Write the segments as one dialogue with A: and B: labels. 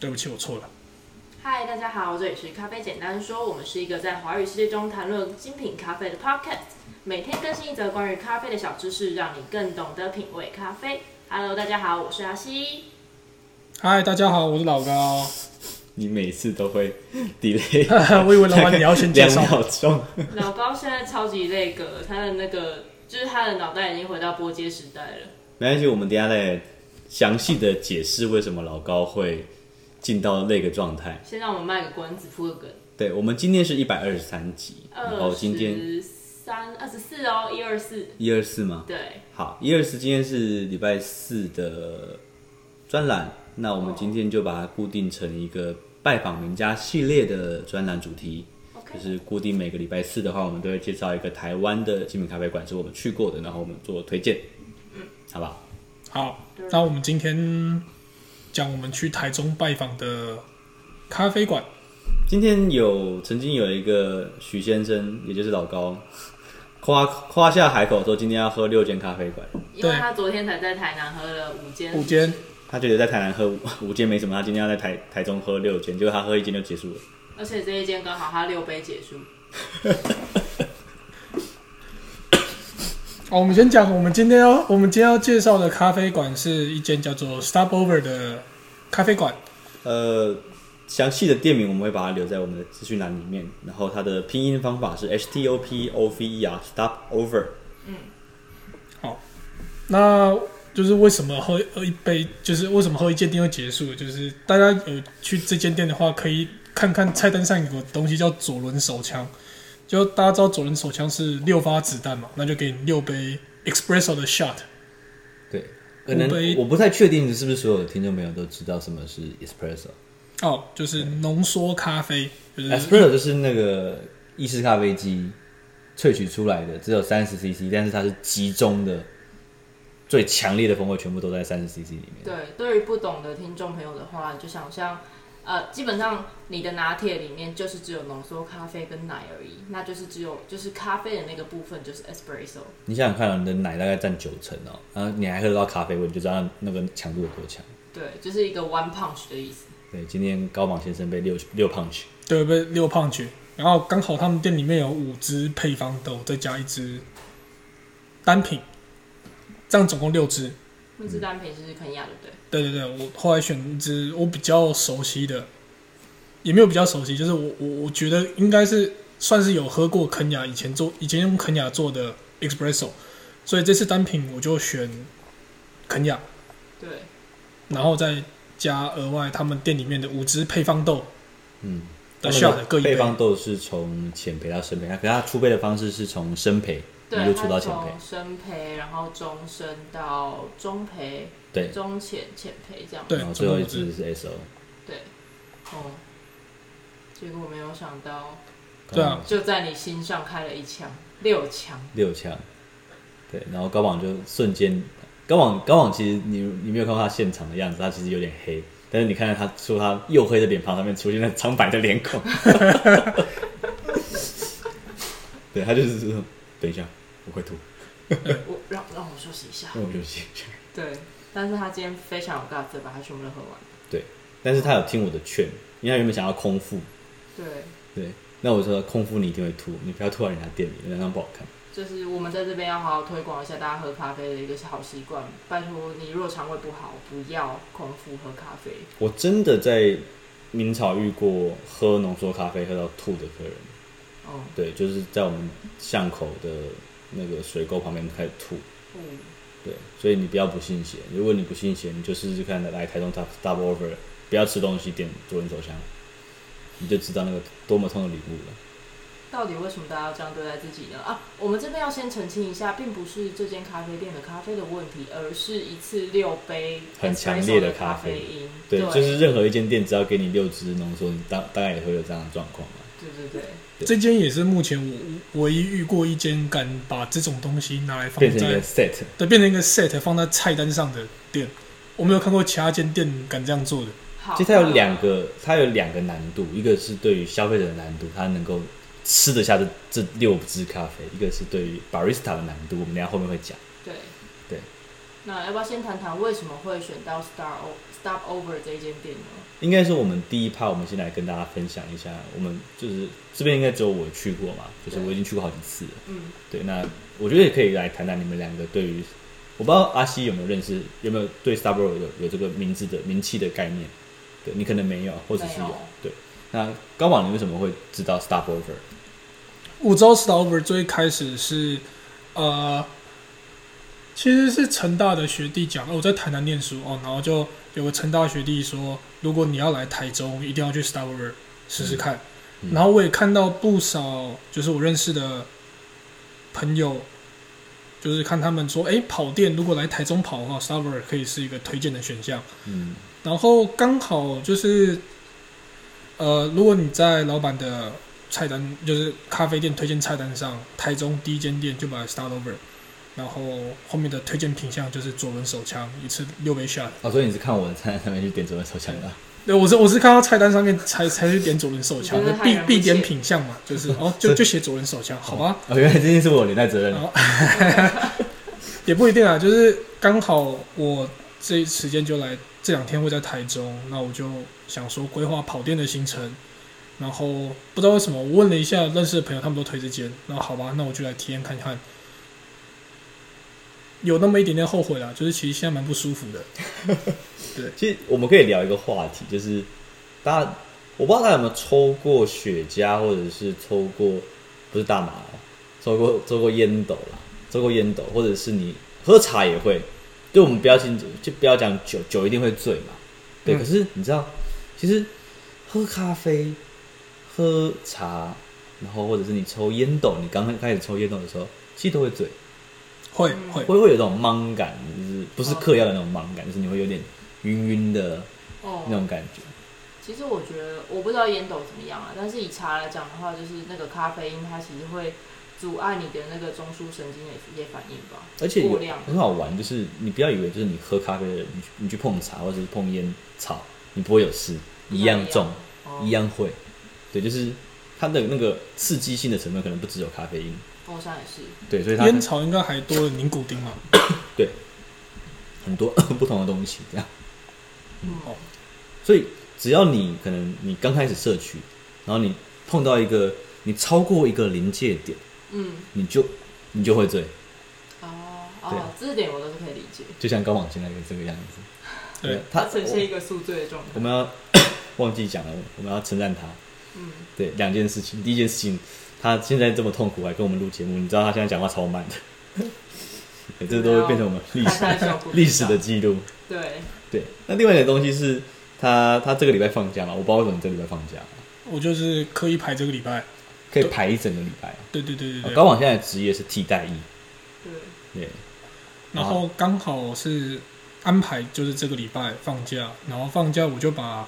A: 对不起，我错了。
B: 嗨，大家好，这里是咖啡简单说，我们是一个在华语世界中谈论精品咖啡的 podcast，每天更新一则关于咖啡的小知识，让你更懂得品味咖啡。Hello，大家好，我是 阿西。
A: 嗨，大家好，我是老高。
C: 你每次都会 delay
A: 我以为老板你要先 介
C: 两
A: 绍，
C: 秒钟，
B: 老高现在超级累格，他的那个就是他的脑袋已经回到波街时代了。
C: 没关系，我们等一下再详细的解释为什么老高会进到那个状态。
B: 先让我们卖个关子，铺个梗。
C: 对，我们今天是一百二十三集，然
B: 二
C: 后今天
B: 十三、二十四哦，一二四。
C: 一二四吗？
B: 对，
C: 好，一二四今天是礼拜四的专栏，那我们今天就把它固定成一个拜访名家系列的专栏主题。
B: OK
C: 就是固定每个礼拜四的话，我们都会介绍一个台湾的精品咖啡馆是我们去过的，然后我们做推荐，好不好？
A: 好，那我们今天讲我们去台中拜访的咖啡馆。
C: 今天有曾经有一个许先生，也就是老高， 夸夸下海口说今天要喝六间咖啡馆，
B: 因为
A: 对
B: 他昨天才在台南喝了五间，
A: 午间，
C: 他觉得在台南喝五五间没什么，他今天要在台台中喝六间，结果他喝一间就结束了。
B: 而且这一间刚好他六杯结束。
A: 哦，我们先讲我们今天要我们今天要介绍的咖啡馆是一间叫做 Stopover 的咖啡馆。
C: 呃，详细的店名我们会把它留在我们的资讯栏里面，然后它的拼音方法是 H T O P O V E R Stop Over。
A: 那就是为什么喝喝一杯，就是为什么喝一间店会结束？就是大家有去这间店的话，可以看看菜单上有个东西叫左轮手枪，就大家知道左轮手枪是六发子弹嘛，那就给你六杯 espresso 的 shot。
D: 对，可能
A: 五杯
D: 我不太确定是不是所有的听众朋友都知道什么是 espresso。
A: 哦，就是浓缩咖啡，就是。
D: espresso 就是那个意式咖啡机萃取出来的，只有三十 CC，但是它是集中的，最强烈的风味全部都在三十 CC 里面。
B: 对，对于不懂的听众朋友的话，你就想象，呃，基本上你的拿铁里面就是只有浓缩咖啡跟奶而已，那就是只有就是咖啡的那个部分就是 espresso。
D: 你想想看、哦，你的奶大概占九成哦，然后你还喝得到咖啡味，你就知道那个强度有多强。
B: 对，就是一个 one punch 的意思。
D: 对，今天高榜先生被六六 punch，
A: 对，被六胖橘。然后刚好他们店里面有五支配方豆，再加一支单品，这样总共六支。
B: 那
D: 嗯
B: 支单品是肯亚，对不对？
A: 对对对，我后来选一支我比较熟悉的，也没有比较熟悉，就是我我我觉得应该是算是有喝过肯雅以前做以前用肯雅做的 espresso，所以这次单品我就选肯雅，
B: 对，
A: 然后再加额外他们店里面的五支配方豆
D: 嗯，
A: 的 shot 各一
D: 配
A: 杯。
D: 方豆是从浅焙到深焙，它可是它出杯的方式是从深焙一
B: 对，
D: 路出
B: 它
D: 到浅焙
B: 从。深焙，然后中深到中焙，
D: 对
B: 中浅浅焙这样。
A: 对
D: 然后，最
A: 总共
D: 后一
A: 五支
D: 支是 SO。
B: 对，哦，结果没有想到，
A: 对啊，
B: 就在你心上开了一枪，六 枪。
D: 六强，对，然后高榜就瞬间，高榜高榜其实你你没有看到他现场的样子，他其实有点黑，但是你看到他说他黝黑的脸庞上面出现了苍白的脸 孔，对他就是说，等一下我会吐，
B: 我让让我休息一下。
D: 让我休息。
B: 对，但是他今天非常有 guts，把它全部都喝完。
D: 对，但是他有听我的劝，因为他原本想要空腹，
B: 对，
D: 对，那我说空腹你一定会吐，你不要吐到人家店里，那样不好看。
B: 就是我们在这边要好好推广一下大家喝咖啡的一个好习惯。拜托你，如果肠胃不好，不要空腹喝咖啡。
D: 我真的在明朝遇过喝浓缩咖啡喝到吐的客人。
B: 哦，
D: 对，就是在我们巷口的那个水沟旁边开始吐。
B: 嗯，
D: 对，所以你不要不信邪。如果你不信邪，你就试试看来台中 Top Double Over，不要吃东西，点左轮手枪，你就知道那个多么痛的礼物了。
B: 到底为什么大家要这样对待自己呢？啊，我们这边要先澄清一下，并不是这间咖啡店的咖啡的问题，而是一次六杯
D: 很强烈
B: espresso 的
D: 的咖
B: 啡
D: 啡
B: 因。
D: 对，
B: 对，
D: 就是任何一间店，只要给你六支浓缩，你大大概也会有这样的状况嘛。
B: 对对对。
A: 这间也是目前我唯一遇过一间敢把这种东西拿来放
D: 变成一
A: 在
D: 个 set，
A: 对，变成一个 set 放在菜单上的店，我没有看过其他间店敢这样做的。
B: 好，
D: 其实它有两个，它有两个难度，一个是对于消费者的难度，它能够吃得下这这六支咖啡；一个是对于 barista 的难度，我们等一下后面会讲。
B: 对
D: 对，
B: 那要不要先谈谈为什么会选到 Star O Stop Over 这一间店呢？
D: 应该是我们第一趴，我们先来跟大家分享一下，我们就是这边应该只有我去过嘛，就是我已经去过好几次了。
B: 嗯，
D: 对，那我觉得也可以来谈谈你们两个对于，我不知道阿西有没有认识，有没有对 Starbucks 有有这个名字的名气的概念？对你可能没有，或者是
B: 没有
D: 对，那高榜你为什么会知道 Starbucks？
A: 五洲 Stover 最开始是呃，其实是成大的学弟讲，哦我在台南念书哦，然后就有个成大学弟说，如果你要来台中，一定要去 Stover 试试看。
D: 嗯嗯
A: 然后我也看到不少就是我认识的朋友，就是看他们说，哎，跑店如果来台中跑的话，Stover 可以是一个推荐的选项。
D: 嗯
A: 然后刚好就是，呃，如果你在老板的菜单，就是咖啡店推荐菜单上，台中第一间店就把 Start Over，然后后面的推荐品项就是左轮手枪，一次六杯 shot。
D: 哦，所以你是看我在那边去点左边手枪的，啊
A: 对，我是我是看到菜单上面才才去点左轮手枪
B: 你觉得，害
A: 必
B: 人不
A: 必点
B: 浅
A: 品项嘛，就是哦，就就写左轮手枪，好吧。
D: 哦，原来这件事我有连带责任
A: 哦
D: 了。
A: 也不一定啊，就是刚好我这时间就来，这两天会在台中，那我就想说规划跑店的行程，然后不知道为什么，我问了一下认识的朋友，他们都推这间，那好吧，那我就来体验看看。有那么一点点后悔啦，就是其实现在蛮不舒服的。
D: 其实我们可以聊一个话题，就是大家我不知道大家有没有抽过雪茄，或者是抽过不是大麻哦，抽过抽过烟斗啦，抽过烟斗，或者是你喝茶也会。对我们不要信，就不要讲酒，酒一定会醉嘛。对，
A: 嗯
D: 可是你知道，其实喝咖啡、喝茶，然后或者是你抽烟斗，你刚刚开始抽烟斗的时候，其实都会醉。
A: 会
B: 嗯
A: 会，
D: 会会有那种懵感，就是不是嗑药的那种懵感，就是你会有点晕晕的那
B: 哦，
D: 种感觉。
B: 其实我觉得我不知道烟斗怎么样啊，但是以茶来讲的话，就是那个咖啡因它其实会阻碍你的那个中枢神经也也反应吧。
D: 而且有
B: 过量
D: 很好玩，就是你不要以为就是你喝咖啡的人，你去你去碰茶或者是碰烟草，你不会有事，一样重，
B: 哦
D: 一。样会。对，就是它的那个刺激性的成分可能不只有咖啡因，
B: 哦好像也是，
D: 对，所以它
A: 烟草应该还多了宁古丁嘛。
D: 很多 不同的东西这样。
B: 嗯，
A: 哦
D: 所以只要你可能你刚开始摄取，然后你碰到一个你超过一个临界点，
B: 嗯，
D: 你就你就会醉。
B: 哦
D: 对
B: 哦
D: 啊，
B: 这点我倒是可以理解，
D: 就像高往现在这个样子。
A: 对，
D: 他
B: 它呈现一
D: 我
B: 个宿醉的状态
D: 我。们要 忘记讲了，我们要称赞他。
B: 嗯，
D: 对，两件事情，第一件事情，他现在这么痛苦还跟我们录节目，你知道他现在讲话超慢的， 对这都会变成我们历史
B: 大家笑不知道
D: 历史的记录。
B: 对，
D: 对，那另外一个东西是他他这个礼拜放假嘛，我不知道为什么你这礼拜放假，
A: 我就是刻意排这个礼拜。
D: 可以排一整个礼拜。
A: 对对对对
D: 高
A: 对。
D: 往现在的职业是替代役，
B: 对，
D: 对，
A: 然后刚好是安排就是这个礼拜放假，然后放假我就把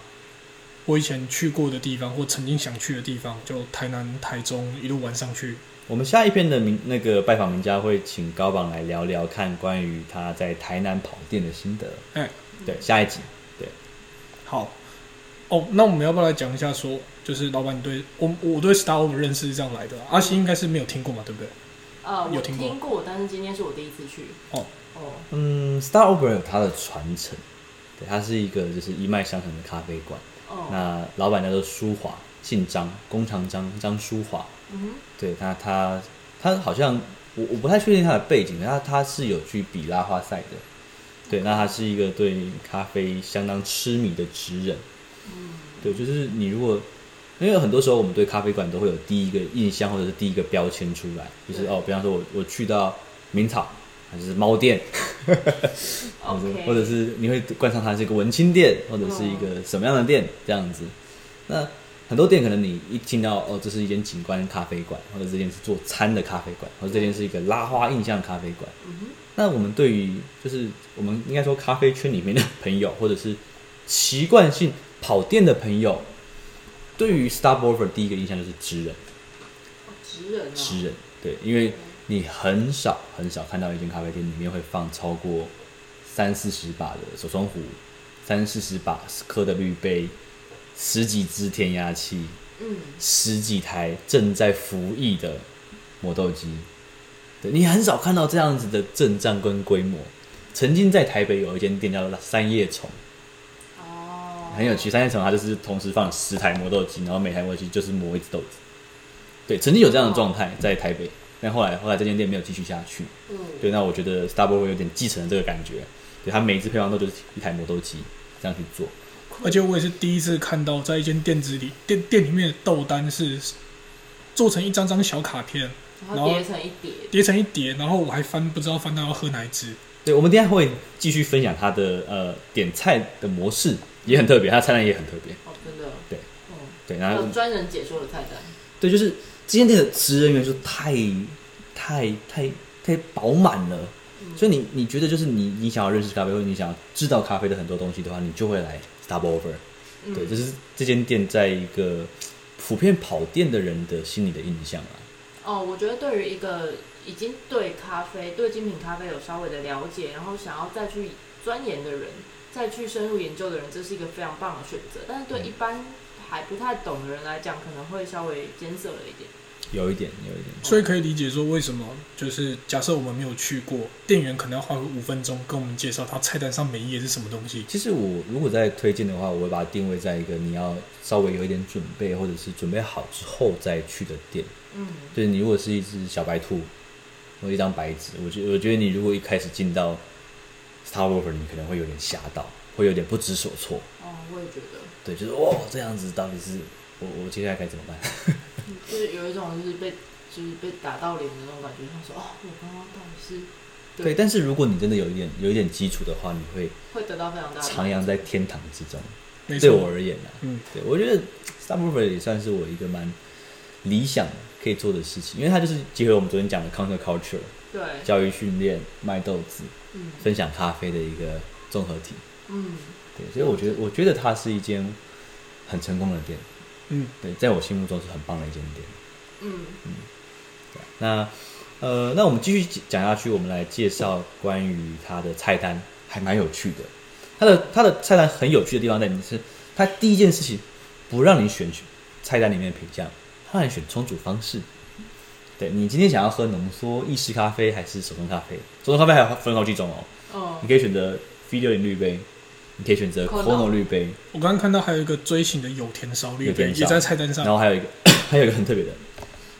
A: 我以前去过的地方或曾经想去的地方，就台南、台中一路玩上去。
D: 我们下一篇的名那个拜访名家会请高榜来聊聊看关于他在台南跑店的心得。
A: 哎
D: 对，下一集
A: 好，哦，那我们要不要来讲一下说，就是老板你对我我对 Star Over 认识是这样来的啊，阿西应该是没有听过嘛，对不对？
B: 呃，
A: 有
B: 我
A: 听过
B: 听过，但是今天是我第一次去。
A: 哦
B: 哦，
D: 嗯，Star Over 有它的传承，对，它是一个就是一脉相承的咖啡馆。
B: 哦，
D: 那老板叫做舒华，姓张，工长张张舒华。
B: 嗯
D: 对，他他他好像我我不太确定他的背景，他他是有去比拉花赛的。对，那他是一个对咖啡相当痴迷的职人。对，就是你如果因为很多时候我们对咖啡馆都会有第一个印象或者是第一个标签出来，就是
B: 对
D: 哦，比方说我我去到明草还是猫店，
B: 哼
D: 或者
B: ，OK，
D: 或者是你会冠上它是一个文青店，或者是一个什么样的店这样
B: 哦
D: 子。那很多店可能你一听到哦，这是一间景观咖啡馆，或者这间是做餐的咖啡馆，或者这间是一个拉花印象咖啡馆。
B: 嗯
D: 那我们对于就是我们应该说咖啡圈里面的朋友，或者是习惯性跑店的朋友，对于 Starbover 第一个印象就是直人，
B: 哼，直人啊，
D: 直人对，因为你很少很少看到一间咖啡店里面会放超过三四十把的手冲壶，三四十把颗的滤杯，十几支添压器，
B: 嗯，
D: 十几台正在服役的磨豆机，对你很少看到这样子的阵仗跟规模。曾经在台北有一间店叫三叶虫，
B: 哦，
D: 很有趣。三叶虫它就是同时放十台磨豆机，然后每台磨豆机就是磨一只豆子。对，曾经有这样的状态在台北，但后来后来这间店没有继续下去。
B: 嗯，
D: 对，那我觉得 Starboy 会有点继承了这个感觉，对，它每一只配方豆就是一台磨豆机这样去做。
A: 而且我也是第一次看到，在一间店子里店店里面的豆单是做成一张张小卡片，
B: 然后叠成一叠，
A: 叠成一叠，然后我还翻不知道翻到要喝哪一支。
D: 对，我们等一下会继续分享它的呃点菜的模式，也很特别，它的菜单也很特别。
B: 哦，真的，
D: 对，
B: 嗯，
D: 对，
B: 还
D: 然后
B: 有专人解说的菜单，
D: 对，就是这间店的职人员就太太太太饱满了，所以你你觉得就是你你想要认识咖啡，或者你想要知道咖啡的很多东西的话，你就会来 Stop Over。
B: 嗯
D: 对，这是这间店在一个普遍跑店的人的心里的印象啊。
B: 哦，我觉得对于一个已经对咖啡、对精品咖啡有稍微的了解，然后想要再去钻研的人，再去深入研究的人，这是一个非常棒的选择。但是
D: 嗯
B: 对一般还不太懂的人来讲，可能会稍微艰涩了一点。
D: 有一点，有一点，
A: 所以可以理解说，为什么就是假设我们没有去过，店员可能要花个五分钟跟我们介绍他菜单上每一页是什么东西。
D: 其实我如果在推荐的话，我会把它定位在一个你要稍微有一点准备，或者是准备好之后再去的店。
B: 嗯，
D: 就是你如果是一只小白兔，或一张白纸，我觉我觉得你如果一开始进到 Star w a r f 你可能会有点吓到，会有点不知所措。
B: 哦，我也觉得，
D: 对，就是哦，这样子到底是我我接下来该怎么办？
B: 就是有一种就是被就是被打到脸的那种感觉。他说：“哦，我刚刚到底是对
D: 对，但是如果你真的有一点有一点基础的话，你会
B: 会得到非常大的
D: 徜徉在天堂之中。
A: 没
D: 对
A: 错，
D: 我而言啊，
A: 嗯，
D: 对，我觉得 s t a r b o r 也算是我一个蛮理想可以做的事情，因为它就是结合我们昨天讲的 counter culture
B: 对，
D: 教育训练、卖豆子、
B: 嗯
D: 分享咖啡的一个综合体。
B: 嗯，
D: 对，所以我觉得，我觉得它是一间很成功的店。
A: 嗯，
D: 对，在我心目中是很棒的一间店。
B: 嗯，
D: 对那呃，那我们继续讲下去，我们来介绍关于它的菜单，还蛮有趣的。它的它的菜单很有趣的地方在于是，它第一件事情不让你选取菜单里面的品项，它让你选冲煮方式。对你今天想要喝浓缩意式咖啡还是手冲咖啡？手冲咖啡还有分好几种哦，
B: 哦
D: 你，可以选择 V 六零滤杯，你可以选择
B: Kono
D: Kono 滤杯，
A: 我刚刚看到还有一个追星的有田烧绿
D: 有
A: 杯
D: 点
A: 也在菜单
D: 然
A: 上，
D: 后还有一个 还有一个很特别的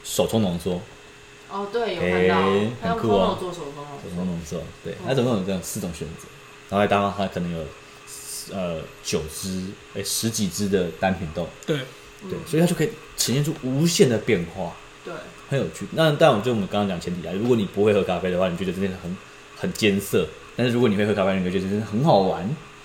D: 手冲浓缩，
B: 哦，对，有看
D: 诶
B: 到，他用
D: 很酷哦嗯
B: Kono 做手工哦，
D: 手冲浓缩，对，它总共有这样四种选择，然后再搭上它可能有呃九支哎十几支的单品豆，
A: 对，
D: 对，所以它就可以呈现出无限的变化，
B: 嗯对，
D: 很有趣。那但我就我们刚刚讲前提啊，如果你不会喝咖啡的话，你觉得真的很很艰涩；但是如果你会喝咖啡，你会觉得真的很好玩。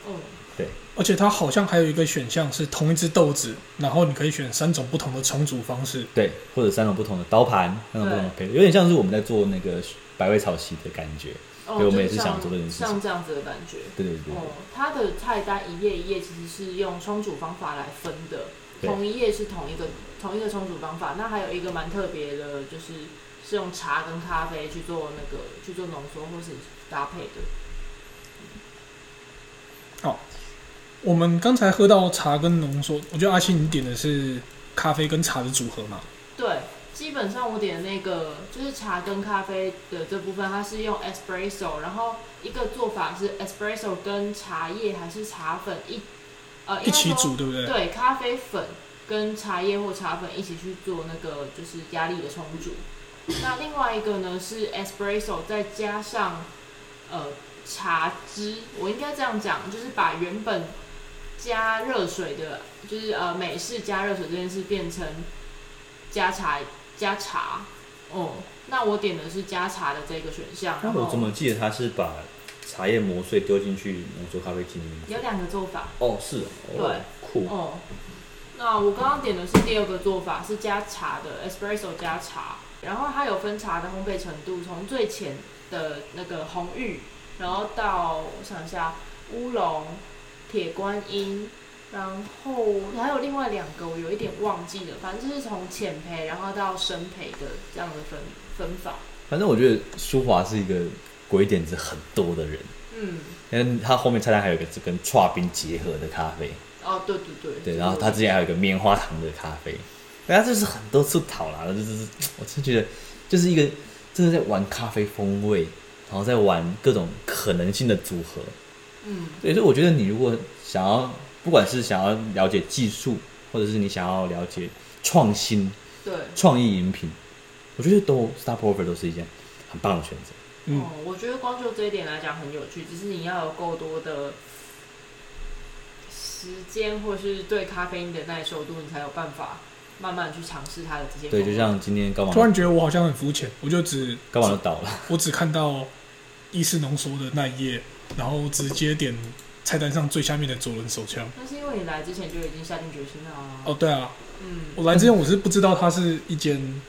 B: 嗯。
D: 对，
A: 而且它好像还有一个选项是同一只豆子，然后你可以选三种不同的重组方式。
D: 对，或者三种不同的刀盘，三种不同的配，有点像是我们在做那个百味草席的感觉。
B: 哦，
D: 对我们
B: 就
D: 也是
B: 像
D: 想做这件事情
B: 像这样子的感觉。
D: 对对对
B: 哦，它的菜单一页一页其实是用冲煮方法来分的，
D: 对
B: 同一页是同一个同一个冲煮方法。那还有一个蛮特别的，就是是用茶跟咖啡去做那个去做浓缩或是搭配的。
A: 我们刚才喝到茶跟浓缩，我觉得阿星你点的是咖啡跟茶的组合嘛？
B: 对，基本上我点的那个就是茶跟咖啡的这部分，它是用 espresso，然后一个做法是 espresso 跟茶叶还是茶粉一呃
A: 一起
B: 应该说
A: 煮，对不对？
B: 对，咖啡粉跟茶叶或茶粉一起去做那个就是压力的冲煮。那另外一个呢是 espresso，再加上呃茶汁，我应该这样讲，就是把原本加热水的，就是呃美式加热水这件事变成加茶加茶。哦、那我点的是加茶的这个选项，
D: 那
B: 然
D: 我
B: 后
D: 怎么记得他是把茶叶磨碎丢进去浓缩咖啡机里面？
B: 有两个做法，
D: 哦，是哦，酷，
B: 哦，那我刚刚点的是第二个做法，是加茶的 espresso 加茶，然后它有分茶的烘焙程度，从最浅的那个红玉，然后到我想一下乌龙、铁观音，然后还有另外两个我有一点忘记了，反正就是从浅焙然后到深焙的这样的分分法。
D: 反正我觉得舒华是一个鬼点子很多的人，
B: 嗯，
D: 但他后面菜单还有一个是跟刨冰结合的咖啡，
B: 哦，对对对，
D: 对，然后他之前还有一个棉花糖的咖啡，大家就是很多次讨啦，就是我真觉得就是一个真的在玩咖啡风味，然后再玩各种可能性的组合。
B: 嗯，
D: 对，所以我觉得你如果想要，不管是想要了解技术，或者是你想要了解创新、
B: 对。
D: 创意饮品，我觉得都 Star p o v e r 都是一件很棒的选择。
A: 嗯
B: 哦，我觉得光就这一点来讲很有趣，只是你要有够多的时间，或是对咖啡因的耐受度，你才有办法慢慢去尝试它的这些风
D: 对，
B: 味。
D: 就像今天高
A: 突
D: 芒
A: 然觉得我好像很肤浅，我就只
D: 高芒就倒了，
A: 我只看到意式浓缩的那一页，然后直接点菜单上最下面的左轮手枪。
B: 那是因为你来之前就已经下定决心了啊。
A: 哦，对啊，
B: 嗯，
A: 我来之前我是不知道它是一间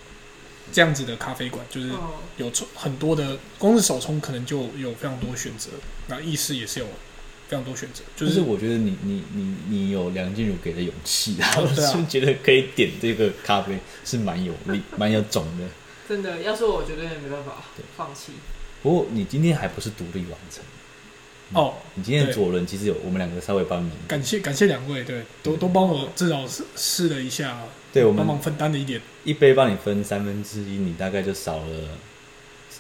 A: 这样子的咖啡馆，
D: 嗯
A: 就是
B: 哦，
A: 有冲很多的，光是手冲可能就有非常多选择，那意式也是有非常多选择，就
D: 就是是我觉得你你你你有梁静茹给的勇气啊，我
A: 对啊
D: 是觉得可以点这个咖啡是蛮有力、 蛮有种的。
B: 真的，要是我绝对没办法放弃。
D: 不过你今天还不是独立完成，
A: 哦，
D: 你今天
A: 对
D: 左轮其实有我们两个稍微帮你，
A: 感谢感谢两位，对，都都帮我至少试试了一下，
D: 对我
A: 帮
D: 们
A: 忙分担了一点，
D: 一杯帮你分三分之一，你大概就少了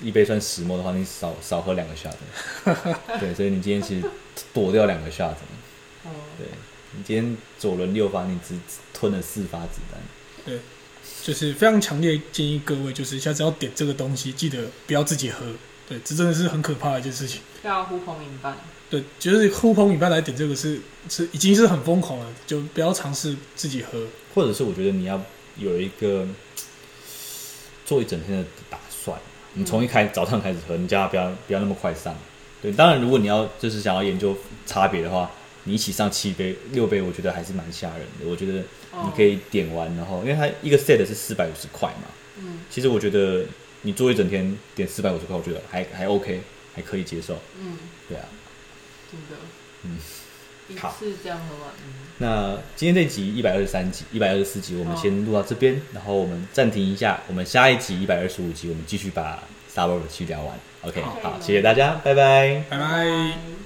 D: 一杯算十沫的话，你少少喝两个 shot。对，所以你今天其实躲掉两个 shot。
B: 哦，
D: 对，你今天左轮六发，你只吞了四发子弹。
A: 就是非常强烈建议各位，就是下次要点这个东西，记得不要自己喝，对，这真的是很可怕的一件事情。
B: 要呼朋引伴。
A: 对，就是呼朋引伴来点这个是是已经是很疯狂了，就不要尝试自己喝。
D: 或者是我觉得你要有一个嘖做一整天的打算，你从一开早上开始喝，你叫他不要不要那么快上。对，当然如果你要就是想要研究差别的话，你一起上七杯六杯，我觉得还是蛮吓人的。我觉得
B: 哦
D: 你可以点完，然后因为它一个 set 是四百五十块嘛，
B: 嗯
D: 其实我觉得你做一整天点四百五十块，我觉得还还 OK，还可以接受。
B: 嗯，
D: 对啊，
B: 真的。
D: 嗯，
B: 一
D: 好
B: 次这样喝完。嗯
D: 那今天这集一百二十三集、一百二十四集，我们
B: 好
D: 先录到这边，然后我们暂停一下，我们下一集一百二十五集，我们继续把 Star Wars 去聊完。OK，
A: 好
D: 好，谢谢大家，拜拜。
A: 拜拜。
B: 拜